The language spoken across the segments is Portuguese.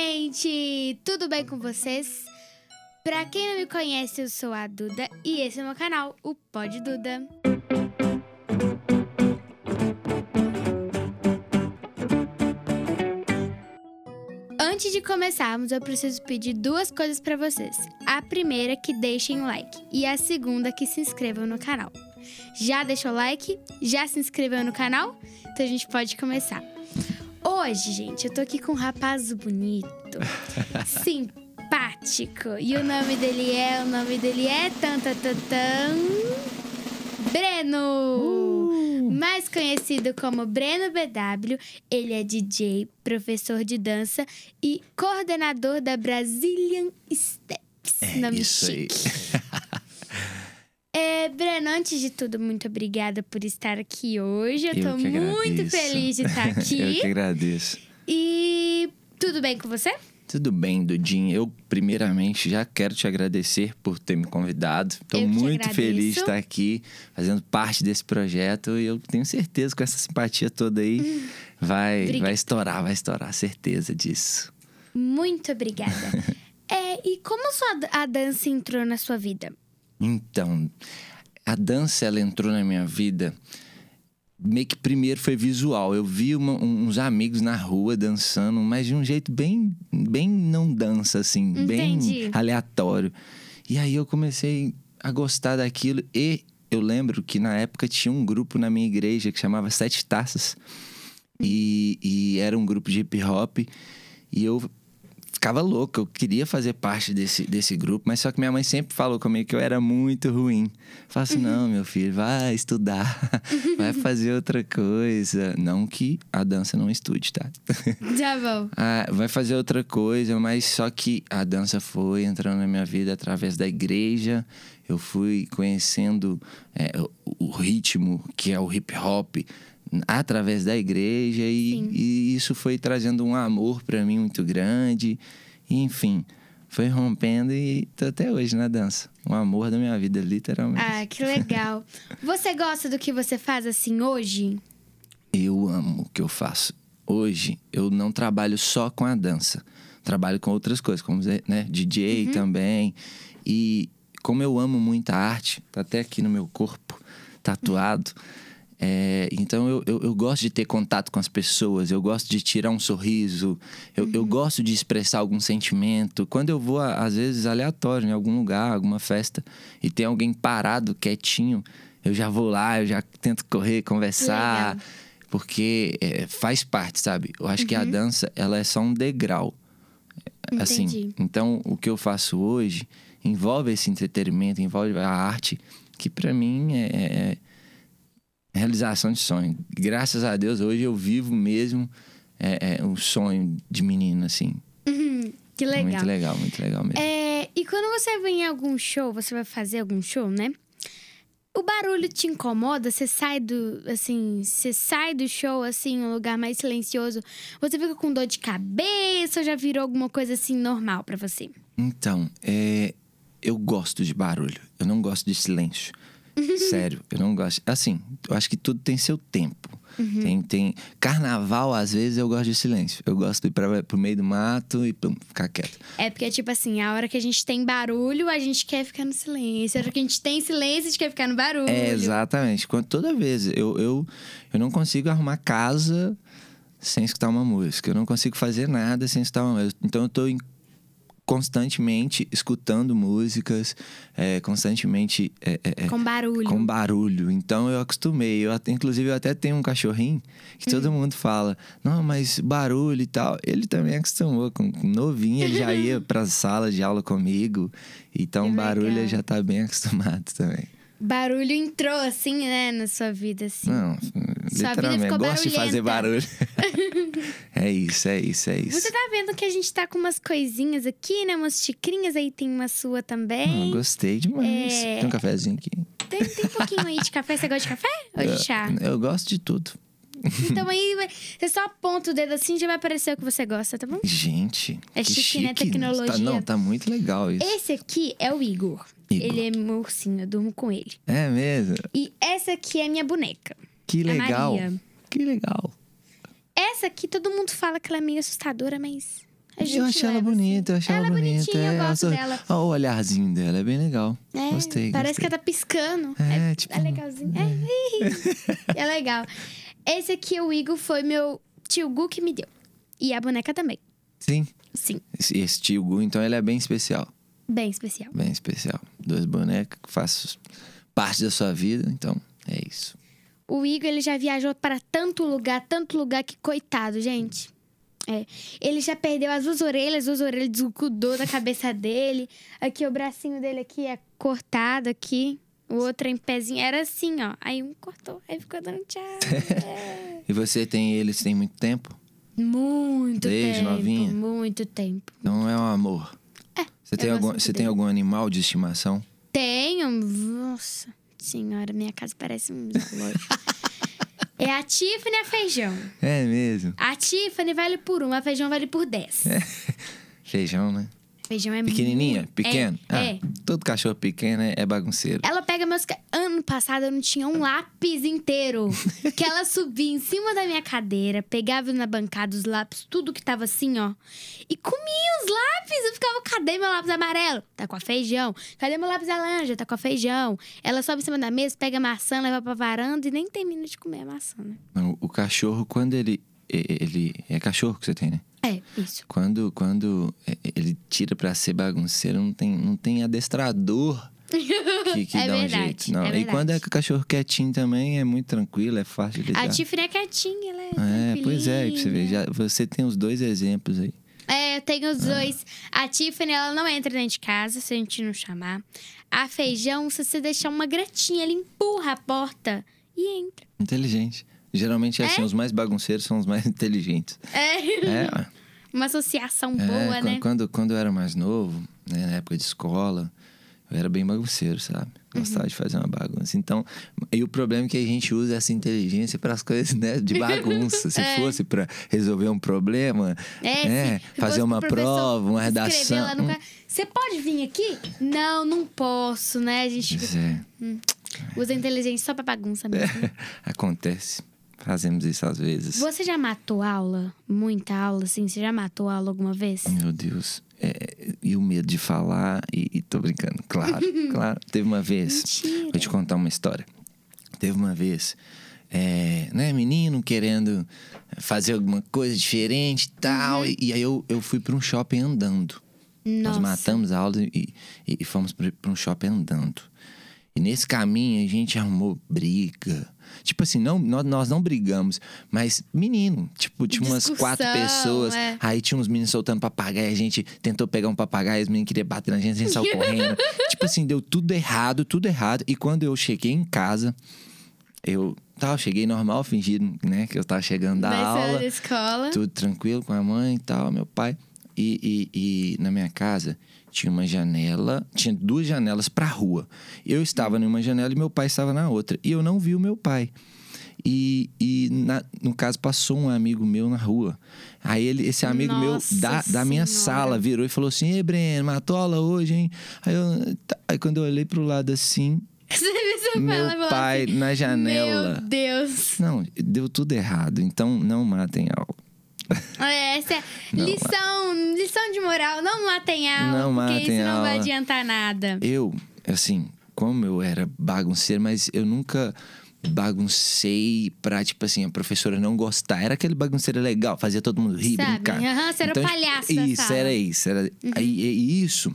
gente! Tudo bem com vocês? Pra quem não me conhece, eu sou a Duda e esse é o meu canal, o Pod Duda. Antes de começarmos, eu preciso pedir duas coisas pra vocês. A primeira é que deixem um like e a segunda é que se inscrevam no canal. Já deixou o like? Já se inscreveu no canal? Então a gente pode começar. Hoje, gente, eu tô aqui com um rapaz bonito, simpático. E o nome dele é, o nome dele é tan, tan, tan, tan, Breno. Uh! Mais conhecido como Breno BW, ele é DJ, professor de dança e coordenador da Brazilian Steps. É nome isso aí. chique. É, Breno, antes de tudo, muito obrigada por estar aqui hoje. Eu, Eu tô que muito agradeço. feliz de estar Eu Tá aqui. que agradeço. E tudo bem com você? Tudo bem, Dudinho. Eu, primeiramente, já quero te agradecer por ter me convidado. Eu Estou que te muito feliz agradeço. de estar aqui, fazendo parte desse projeto. E eu tenho certeza que com essa simpatia toda aí vai, Hum. Obrigada. vai estourar, vai estourar. Certeza disso. Muito obrigada. é, e como sua, d- a dança entrou na sua vida? Então, a dança, ela entrou na minha vida. Meio que primeiro foi visual. Eu vi uma- um- uns amigos na rua dançando, mas de um jeito bem, bem não dança, assim, Entendi. bem aleatório. E aí eu comecei a gostar daquilo. E eu lembro que na época tinha um grupo na minha igreja que chamava Sete Taças. E, e era um grupo de hip hop. E eu ficava louco, eu queria fazer parte desse, desse grupo, mas só que minha mãe sempre falou comigo que eu era muito ruim. Falei assim: não, meu filho, vai estudar, vai fazer outra coisa. Não que a dança não estude, tá? Já bom. Ah, vai fazer outra coisa, mas só que a dança foi entrando na minha vida através da igreja. Eu fui conhecendo é, o, o ritmo, que é o hip hop, através da igreja, Sim. e, e isso foi trazendo um amor pra mim muito grande. E, enfim, foi rompendo e tô até hoje na dança. Um amor da minha vida, literalmente. Ah, que legal. Você gosta do que você faz assim hoje? Eu amo o que eu faço. Hoje eu não trabalho só com a dança. Trabalho com outras coisas, como né, DJ também. E como eu amo muita arte, tá até aqui no meu corpo, tatuado. é, então eu, eu, eu gosto de ter contato com as pessoas, eu gosto de tirar um sorriso, eu, eu gosto de expressar algum sentimento. Quando eu vou, a- às vezes, aleatório, em algum lugar, alguma festa, e tem alguém parado, quietinho, eu já vou lá, eu já tento correr, conversar. Legal. Porque é, faz parte, sabe? Eu acho que Uhum. a dança, ela é só um degrau. Entendi. Assim, então, o que eu faço hoje envolve esse entretenimento, envolve a arte, que pra mim é, é- é realização de sonho. Graças a Deus, hoje eu vivo mesmo é, é, um sonho de menino, assim. Que legal. Muito legal, muito legal mesmo. É, e quando você vai em algum show, você vai fazer algum show, né? O barulho te incomoda? Você sai do, assim, você sai do show assim, um lugar mais silencioso, você fica com dor de cabeça ou já virou alguma coisa assim normal pra você? Então, é, eu gosto de barulho. Eu não gosto de silêncio. Sério, eu não gosto. Assim, eu acho que tudo tem seu tempo. Tem, tem- Carnaval, às vezes, eu gosto de silêncio. Eu gosto de ir pra, pro meio do mato e pum, ficar quieto. É porque tipo assim, a hora que a gente tem barulho, a gente quer ficar no silêncio. A hora que a gente tem silêncio, a gente quer ficar no barulho. É, exatamente. Quando, toda vez eu, eu, eu não consigo arrumar casa sem escutar uma música. Eu não consigo fazer nada sem escutar uma música. Então eu tô em- constantemente escutando músicas, é, constantemente é, é, é, Com barulho. Com barulho. Então eu acostumei. Eu, até- inclusive, eu até tenho um cachorrinho que Hum. todo mundo fala: não, mas barulho e tal. Ele também acostumou. Com, com novinho, ele já ia para sala de aula comigo. Então, Que barulho legal. ele já tá bem acostumado também. Barulho entrou assim, né, na sua vida assim. Não, vida literalmente. ficou Gosto de fazer barulho. barulhenta. é isso, é isso, é isso. Você tá vendo que a gente tá com umas coisinhas aqui, né? Umas xicrinhas aí, tem uma sua Ah, também. gostei demais. É. Tem um cafezinho aqui. tem, tem um pouquinho aí de café. Você gosta de café? É. Ou de chá? Eu, eu gosto de tudo. Então aí vai- você só aponta o dedo assim já vai aparecer o que você gosta, tá bom? Gente, É que chique, né? né? Tá- Tecnologia. não, tá muito legal isso. Esse aqui é o Igor. Igor. Ele é meu ursinho, eu durmo com ele. É mesmo? E essa aqui é minha boneca. Que A legal. Maria. Que legal. Essa aqui todo mundo fala que ela é meio assustadora, mas A gente eu achei ela leva, assim. bonita, eu achei ela, Ela é bonita. bonitinha, eu ela gosto sorri- dela. Ó, o olharzinho dela é bem legal. É, gostei. Parece gostei. que ela tá piscando. É, tipo- É legalzinho. É, é legal. Esse aqui, o Igor, foi meu tio Gu que me deu. E a boneca também. Sim. Sim, Esse, esse tio Gu, então, ele é bem especial. bem especial. Bem especial. Duas bonecas que faz parte da sua vida, então é isso. O Igor, ele já viajou para tanto lugar, tanto lugar que coitado, gente. É. Ele já perdeu as duas orelhas, as duas orelhas desgrudou da cabeça dele. Aqui, o bracinho dele aqui é cortado aqui. O outro é em pezinho. Era assim, ó. Aí um cortou, aí ficou dando tchau. E você tem eles tem muito tempo? Muito Desde tempo. novinha? Muito tempo. Então é um amor. Você tem, eu gosto algum, muito você tem dele. algum animal de estimação? Tenho. Nossa senhora, minha casa parece um zoológico. é a Tiffany e a Feijão. É mesmo. A Tiffany vale por uma, a Feijão vale por dez. Feijão, né? Feijão é É. Pequenininha? muito- Pequeno? É, ah, é. Todo cachorro pequeno é, é bagunceiro. Ela pega meus. ca- Ano passado eu não tinha um lápis inteiro. que ela subia em cima da minha cadeira, pegava na bancada os lápis, tudo que tava assim, ó. E comia os lápis. Eu ficava, cadê meu lápis amarelo? Tá com a feijão. Cadê meu lápis laranja? Tá com a feijão. Ela sobe em cima da mesa, pega a maçã, leva pra varanda e nem termina de comer a maçã, né? Não, o cachorro, quando ele. e- ele É cachorro que você tem, né? É, isso. Quando, quando é, ele tira pra ser bagunceiro, não tem, não tem adestrador que, que É dá um verdade, jeito. Não. é e verdade. quando é cachorro quietinho também, é muito tranquilo, é fácil de A lidar. Tiffany é quietinha, ela é. É, pois é, pra você ver. tranquilinha. já- você tem os dois exemplos aí. É, eu tenho Ah. os dois. A Tiffany, ela não entra dentro de casa se a gente não chamar. A feijão, se você deixar uma gratinha, ela empurra a porta e entra. Inteligente. Geralmente é assim, os mais bagunceiros são os mais inteligentes. É. É, ué. Uma associação É, boa, quan- né? quando, quando eu era mais novo, né, na época de escola, eu era bem bagunceiro, sabe? Gostava Uhum. de fazer uma bagunça. Então, e o problema é que a gente usa essa inteligência para as coisas né, de bagunça. Se fosse para resolver um problema, É, né, se fosse fazer pro uma professor prova, uma escrever redação. lá no um- ca- Você pode vir aqui? Não, não posso, né? A gente Pois é, usa a inteligência só pra bagunça mesmo. acontece. Fazemos isso às vezes. Você já matou aula? Muita aula, assim? Você já matou aula alguma vez? Meu Deus. É, e o medo de falar, e, e tô brincando, claro, claro. Teve uma vez. Mentira. Vou te contar uma história. Teve uma vez, é, né, menino querendo fazer alguma coisa diferente e tal. E, e aí eu, eu fui para um shopping andando. Nós Uhum. Nossa. matamos a aula e, e, e fomos para um shopping andando. E nesse caminho a gente arrumou briga. Tipo assim, não, nó- nós, não brigamos, mas menino, tipo, tinha umas quatro Discussão, pessoas. é. Aí tinha uns meninos soltando papagaio, a gente tentou pegar um papagaio, os meninos queriam bater na gente, a gente saiu correndo. tipo assim, deu tudo errado, tudo errado. E quando eu cheguei em casa, eu tá, cheguei normal, fingindo, né, que eu tava chegando da Vai ser aula. da escola. Tudo tranquilo com a mãe e tal, meu pai. E, e- e na minha casa tinha uma janela, tinha duas janelas pra rua. Eu estava numa janela e meu pai estava na outra. E eu não vi o meu pai. E, e na- no caso, passou um amigo meu na rua. Aí ele, esse amigo Nossa meu da, da minha Senhora. sala virou e falou assim: Ei, Breno, matou aula hoje, hein? Aí, eu, tá. Aí quando eu olhei pro lado assim, Você fala, meu fala pai assim, na janela. Meu Deus. Não, deu tudo errado. Então não matem aula. É, Essa é Não, lição, lição de moral. Não matem aula, Não porque matem isso não vai aula. adiantar nada. Eu, assim, como eu era bagunceiro, mas eu nunca baguncei pra, tipo assim, a professora não gostar. Era aquele bagunceiro legal, fazia todo mundo rir, Sabe? brincar. Então, tipo, Aham, você era Uhum. o palhaço da Isso, sala. era isso. Era... aí- E, e isso...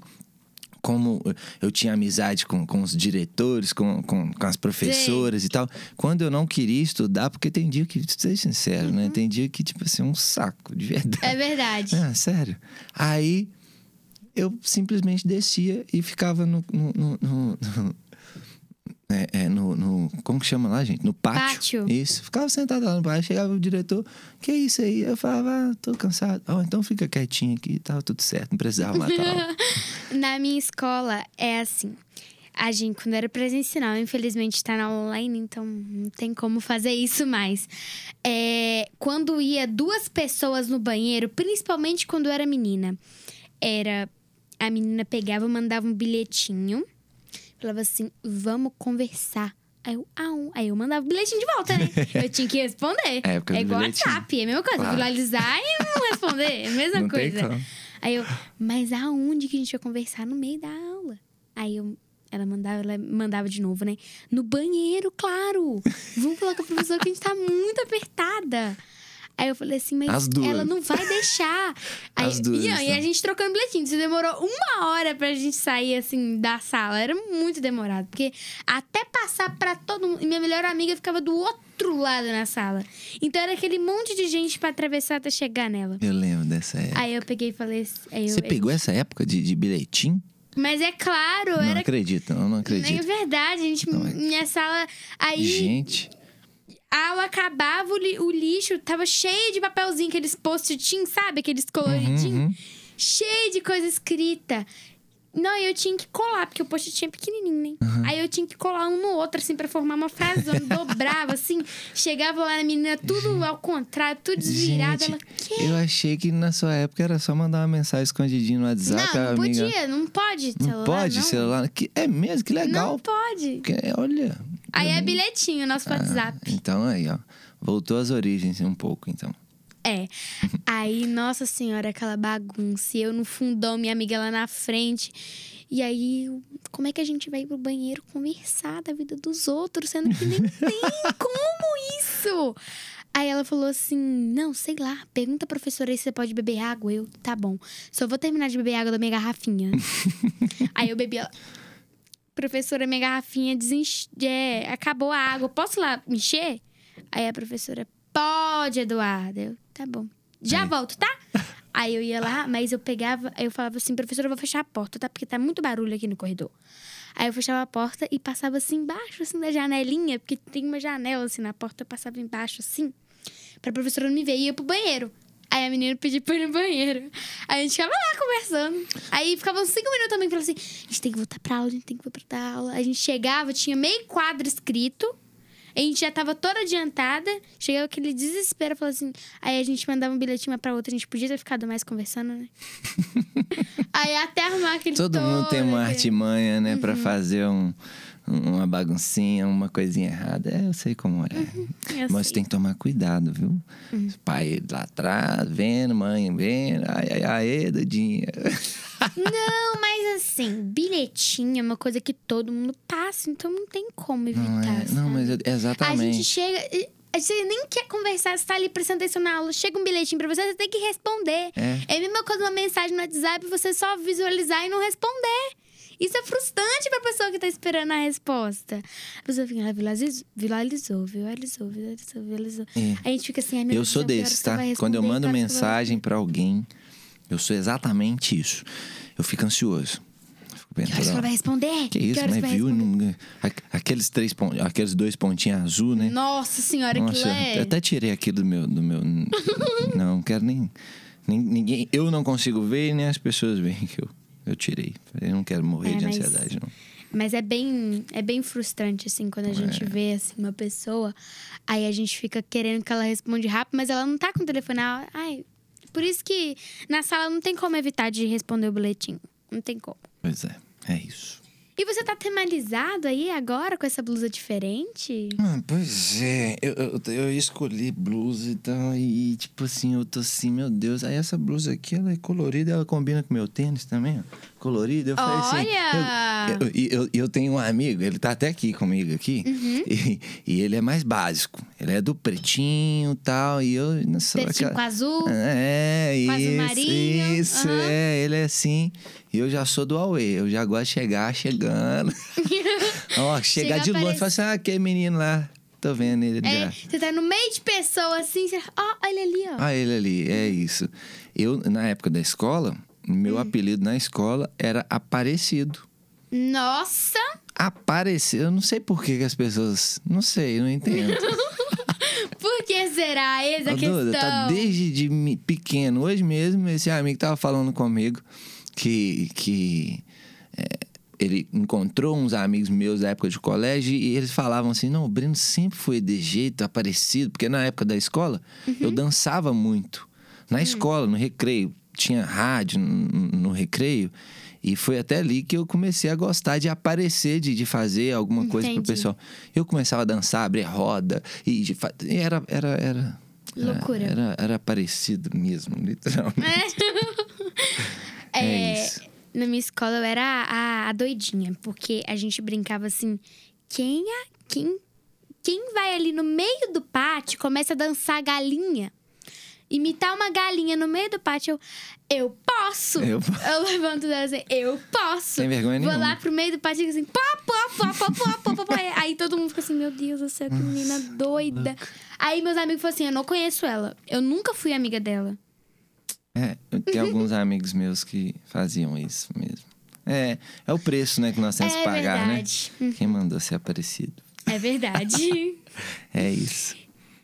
Como eu tinha amizade com, com os diretores, com, com, com as professoras e tal. Quando eu não queria estudar, porque tem dia que, ser sincero, né? Uhum. Tem dia que, tipo assim, é um saco, de verdade. É verdade. Ah, sério. Aí eu simplesmente descia e ficava no. no, no- no- no- é, é, no- no- como que chama lá, gente? No pátio. Pátio. Isso. Ficava sentado lá no pátio, chegava o diretor, que isso aí? Eu falava, ah, tô cansado. "Ah, então fica quietinho aqui, tava tudo certo, não precisava matar. aula." Na minha escola é assim. A gente, quando era presencial, infelizmente tá na online, então não tem como fazer isso mais. É, quando ia duas pessoas no banheiro, principalmente quando eu era menina, era. A menina pegava, mandava um bilhetinho, falava assim: vamos conversar. Aí eu, ah, um. Aí eu mandava o bilhetinho de volta, né? Eu tinha que responder. É, época do igual bilhetinho. WhatsApp, é a mesma coisa. Claro. Viralizar e não responder, é a mesma não coisa. tem como. Aí eu, mas aonde que a gente vai conversar no meio da aula? Aí eu, ela mandava, ela mandava de novo, né? No banheiro, claro! Vamos falar com a professora que a gente tá muito apertada. Aí eu falei assim, mas As duas. ela não vai deixar. Aí, As duas, E, ó, e a então. gente trocando bilhetinho. Isso demorou uma hora pra gente sair, assim, da sala. Era muito demorado. Porque até passar pra todo mundo... e Minha melhor amiga ficava do outro lado na sala. Então era aquele monte de gente pra atravessar até chegar nela. Eu lembro dessa época. Aí eu peguei e falei. assim- Aí eu, É. Você pegou essa época de, de bilhetinho? Mas é claro, Não era. acredito, eu não É acredito. verdade, gente. Não é. Minha sala. Aí Gente, a aula acabava, o, li- o lixo tava cheio de papelzinho, aqueles post-it, sabe? Aqueles coloridinhos. uhum. Cheio de coisa escrita. Não, e eu tinha que colar, porque o post-it é pequenininho, né? Uhum. Aí eu tinha que colar um no outro, assim, pra formar uma frase. dobrava, assim. Chegava lá na menina, tudo ao contrário, tudo desvirado. gente, ela, que? eu achei que na sua época era só mandar uma mensagem escondidinha no WhatsApp. não, não a amiga, podia, não pode Não celular. pode não. celular. Que, é mesmo, que legal. Não pode. Porque, olha. Aí é bilhetinho, nosso WhatsApp. Então aí, ó. Voltou às origens um pouco, então. É. Aí, nossa senhora, aquela bagunça. E eu no fundão, minha amiga lá na frente. E aí, como é que a gente vai pro banheiro conversar da vida dos outros, sendo que nem tem como isso? Aí ela falou assim: não, sei lá, pergunta a professora aí se você pode beber água. Eu, tá bom. Só vou terminar de beber água da minha garrafinha. aí eu bebi ela. Professora, minha garrafinha desenche... é, acabou a água. Posso ir lá encher? Aí a professora, pode, Eduardo. Eu, tá bom. Já Aí. volto, tá? Aí eu ia lá, mas eu pegava, aí eu falava assim, professora, eu vou fechar a porta, tá? Porque tá muito barulho aqui no corredor. Aí eu fechava a porta e passava assim embaixo, assim, da janelinha, porque tem uma janela assim na porta, eu passava embaixo assim, pra professora não me ver e ia pro banheiro. Aí a menina pedia pra eu ir no banheiro. Aí a gente ficava lá conversando. Aí ficavam cinco minutos também, falava assim: a gente tem que voltar pra aula, a gente tem que voltar pra aula. A gente chegava, tinha meio quadro escrito. A gente já tava toda adiantada, chegava aquele desespero, falou assim. Aí a gente mandava um bilhetinho uma pra outra, a gente podia ter ficado mais conversando, né? aí até arrumar aquele Todo mundo tem uma touro, artimanha, né? Pra Uhum. fazer um- uma baguncinha, uma coisinha errada. É, eu sei como é. Uhum, eu Mas sei. Uhum. tem que tomar cuidado, viu? Pai lá atrás, vendo, mãe vendo. Ai, ai, ai, doidinha. Não, mas assim, bilhetinho é uma coisa que todo mundo passa, então não tem como evitar. Não é? Não, sabe? mas eu- exatamente. A gente chega. e- Você nem quer conversar, você tá ali prestando atenção na aula, chega um bilhetinho pra você, você tem que responder. É. É a mesma coisa uma mensagem no WhatsApp, você só visualizar e não responder. Isso é frustrante pra pessoa que tá esperando a resposta. A pessoa fica, ah, viralizou, viralizou, viralizou, viralizou, viralizou. É. Aí a gente fica assim, ai meu Eu Deus, sou do céu, que desses, horas tá? que vai Quando eu responder, mando que horas que vai- mensagem pra alguém, eu sou exatamente isso. Eu fico ansioso. Eu fico Que horas que pensando, ela vai responder? que isso, horas né? que vai Viu? responder? Não- aqu- Aqueles, três pon... Aqueles dois pontinhos azul, né? Nossa senhora, Nossa, que eu é. até tirei aqui do meu. Do meu... não, não quero nem, nem- Ninguém. Eu não consigo ver e nem as pessoas veem que eu, eu tirei. Eu não quero morrer É, de mas- ansiedade, não. Mas é bem, é bem frustrante, assim, quando a É. gente vê, assim, uma pessoa. Aí a gente fica querendo que ela responda rápido, mas ela não tá com o telefone. Ela- Ai, por isso que na sala não tem como evitar de responder o boletim. Não tem como. Pois é, é isso. E você tá temanizado aí agora com essa blusa diferente? Ah, pois é, eu, eu, eu escolhi blusa e tal, e tipo assim, eu tô assim, meu Deus, aí essa blusa aqui, ela é colorida, ela combina com meu tênis também, ó, colorida, eu falei Olha! assim... eu- eu- eu, eu, eu tenho um amigo, ele tá até aqui comigo aqui, Uhum. e, e ele é mais básico, ele é do pretinho e tal, e eu... não sou Pretinho aquela- com azul? É, Quase isso, marinho, isso, aham. é, ele é assim, e eu já sou do Aue, eu já gosto de chegar chegando... Ó, chegar Chegar de longe, parece- falar assim, ah, aquele menino lá, tô vendo ele É, já. você tá no meio de pessoa assim, você... ó, olha ali, ó. Ah, ele ali, é isso. Eu, na época da escola, meu apelido na escola era Aparecido. Nossa! Aparecido, eu não sei por que, que as pessoas, não sei, eu não entendo. Por que será essa Ô, questão? Duda, tá desde de mi- pequeno. Hoje mesmo, esse amigo tava falando comigo que, que é, ele encontrou uns amigos meus da época de colégio e eles falavam assim: não, o Breno sempre foi de jeito aparecido, porque na época da escola Uhum. eu Hum. dançava muito. Na escola, no recreio, tinha rádio no, no recreio. E foi até ali que eu comecei a gostar de aparecer, de, de fazer alguma coisa pro Entendi. pessoal. Eu começava a dançar, abrir roda, e de fa- e era, era, era. era- Loucura. Era, era parecido mesmo, literalmente. É isso. Na minha escola eu era a, a doidinha, porque a gente brincava assim: quem a, quem quem vai ali no meio do pátio começa a dançar galinha. Imitar uma galinha no meio do pátio, eu, eu posso! Eu- Eu levanto dela assim, eu posso! Sem vergonha Vou nenhuma. lá pro meio do pátio e assim, pó, pó, pó, pó, pó, pó, pó, pó. Aí todo mundo fica assim, meu Deus do céu, que menina doida. Aí meus amigos falaram assim, eu não conheço ela. Eu nunca fui amiga dela. É, eu tenho alguns amigos meus que faziam isso mesmo. É, é o preço, né, que nós temos É que pagar, verdade. Uhum. né? Quem mandou ser aparecido. É verdade. É isso.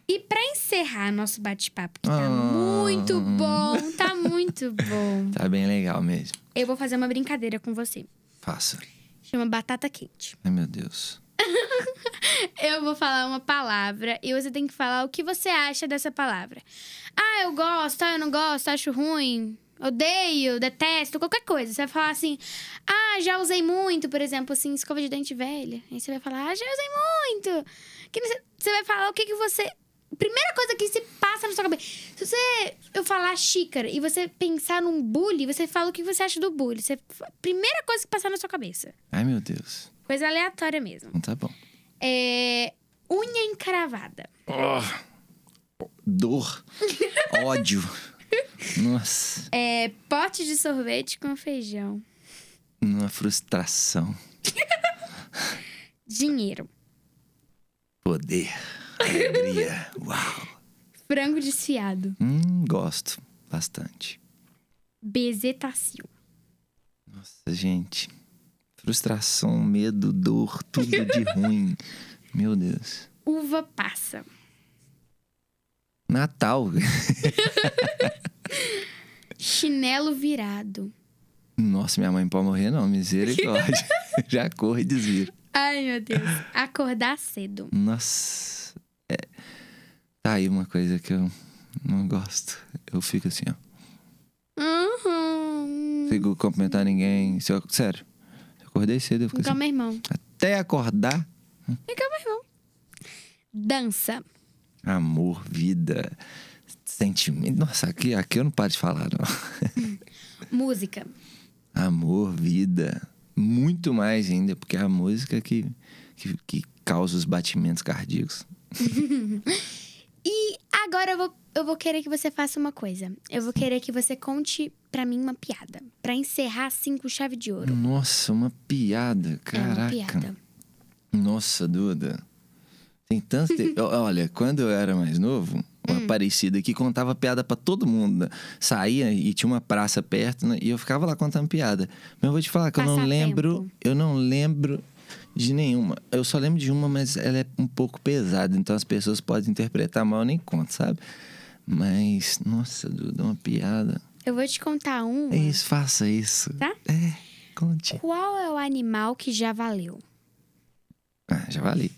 E pra encerrar nosso bate-papo, que tá Ah. muito bom, tá muito bom. Tá bem legal mesmo. Eu vou fazer uma brincadeira com você. Faça. Chama batata quente. Ai, meu Deus. Eu vou falar uma palavra e você tem que falar o que você acha dessa palavra. Ah, eu gosto, ah, eu não gosto, acho ruim, odeio, detesto, qualquer coisa. Você vai falar assim, ah, já usei muito, por exemplo, assim, escova de dente velha. Aí você vai falar, ah, já usei muito. Que não sei- você vai falar o que, que você. Primeira coisa que se passa na sua cabeça. Se você eu falar xícara e você pensar num bullying, você fala o que você acha do bullying. Você... Primeira coisa que passar na sua cabeça. Ai, meu Deus. Coisa aleatória mesmo. Então tá bom. É. Unha encravada. Dor. Ódio. Nossa. É. Pote de sorvete com feijão. Uma frustração. Dinheiro. Poder. Alegria. Uau. Frango desfiado. Hum, gosto. Bastante. Bezetacil. Nossa, gente. Frustração, medo, dor, tudo de ruim. Meu Deus. Uva passa. Natal. Chinelo virado. Nossa, minha mãe não pode morrer, não. Misericórdia. Já corre e desvira. Ai, meu Deus. Acordar cedo. Nossa. É. Tá aí uma coisa que eu não gosto. Eu fico assim, ó. Uhum. Fico cumprimentar ninguém. Se eu- sério. Se eu acordei cedo, eu fico Então, assim. meu irmão. Até acordar. Dança. Amor, vida, sentimento. Nossa, aqui, aqui eu não paro de falar, não. Música. amor, vida. Muito mais ainda, porque é a música que, que, que causa os batimentos cardíacos. E agora eu vou, eu vou querer que você faça uma coisa. Eu vou querer que você conte pra mim uma piada. Pra encerrar assim com chave de ouro. Nossa, uma piada. Caraca. É uma piada. Nossa, Duda. Tem tanto. te- O- Olha, quando eu era mais novo, uma parecida que contava piada pra todo mundo. né? Saía e tinha uma praça perto né? e eu ficava lá contando piada. Mas eu vou te falar que eu não Passar lembro. tempo. Eu não lembro de nenhuma. Eu só lembro de uma, mas ela é um pouco pesada. Então as pessoas podem interpretar mal, eu nem conto, sabe? Mas, nossa, Duda, uma piada. Eu vou te contar uma. É isso, faça isso. Hum. Tá? É, conte. Qual é o animal que já valeu? Ah, já vali.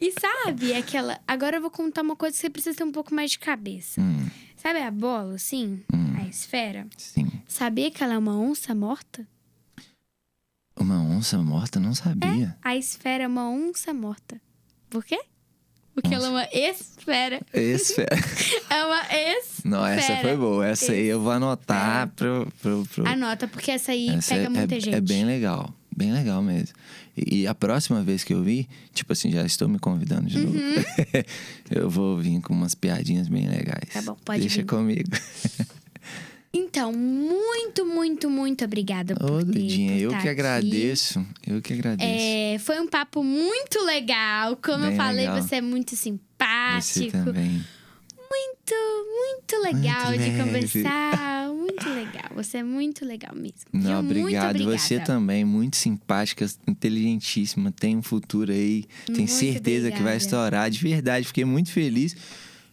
E sabe, é aquela. Agora eu vou contar uma coisa que você precisa ter um pouco mais de cabeça. Hum, Sabe a bola, assim? A esfera? sim. Sabia que ela é uma onça morta? Uma onça morta? Não sabia. A esfera é uma onça morta. Por quê? Porque ela é uma esfera. Esfera. É uma es. Não, essa Fera. foi boa. Essa aí eu vou anotar pro. pro, pro... Anota, porque essa aí essa pega é, muita é, gente. é bem legal. Bem legal mesmo. E, e a próxima vez que eu vi, tipo assim, já estou me convidando de Uhum. novo. eu vou vir com umas piadinhas bem legais. Tá bom, pode Deixa vir. comigo. Então, muito, muito, muito obrigada por Ô, ter- Dudinha, por eu tá que aqui. agradeço. Eu que agradeço. É, foi um papo muito legal. Como eu Bem falei, legal. você é muito Você simpático. também. Muito, muito legal Muito de leve. conversar. Muito legal. Você é muito legal mesmo. viu? Não, obrigado. Muito Você tá obrigada. também, muito simpática, inteligentíssima, tem um futuro aí. Tenho Muito certeza que vai obrigada. estourar, de verdade. Fiquei muito feliz.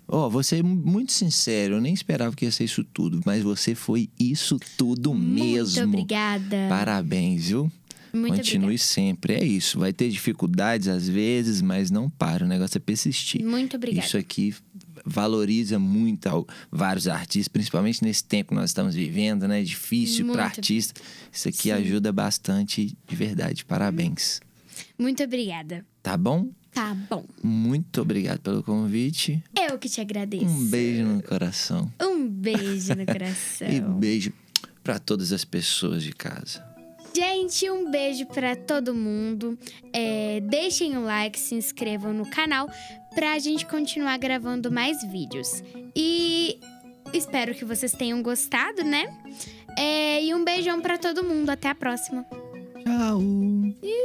Ó, você é mu- muito sincero, eu nem esperava que ia ser isso tudo, mas você foi isso tudo mesmo. Muito obrigada. Parabéns, viu? Muito Continue sempre. É isso. Vai ter dificuldades às vezes, mas não para. O negócio é persistir. obrigada. Muito obrigada. Isso aqui valoriza muito ao- vários artistas, principalmente nesse tempo que nós estamos vivendo, né? Difícil Muito. para artista. Isso aqui ajuda bastante, de verdade. Parabéns. é Muito obrigada. Tá bom? Tá bom. Muito obrigado pelo convite. Eu que te agradeço. Um beijo no coração. Um beijo no coração. E beijo para todas as pessoas de casa. Gente, um beijo pra todo mundo. É, deixem o like, se inscrevam no canal pra gente continuar gravando mais vídeos. E espero que vocês tenham gostado, né? É, e um beijão pra todo mundo. Até a próxima. Tchau. Ih!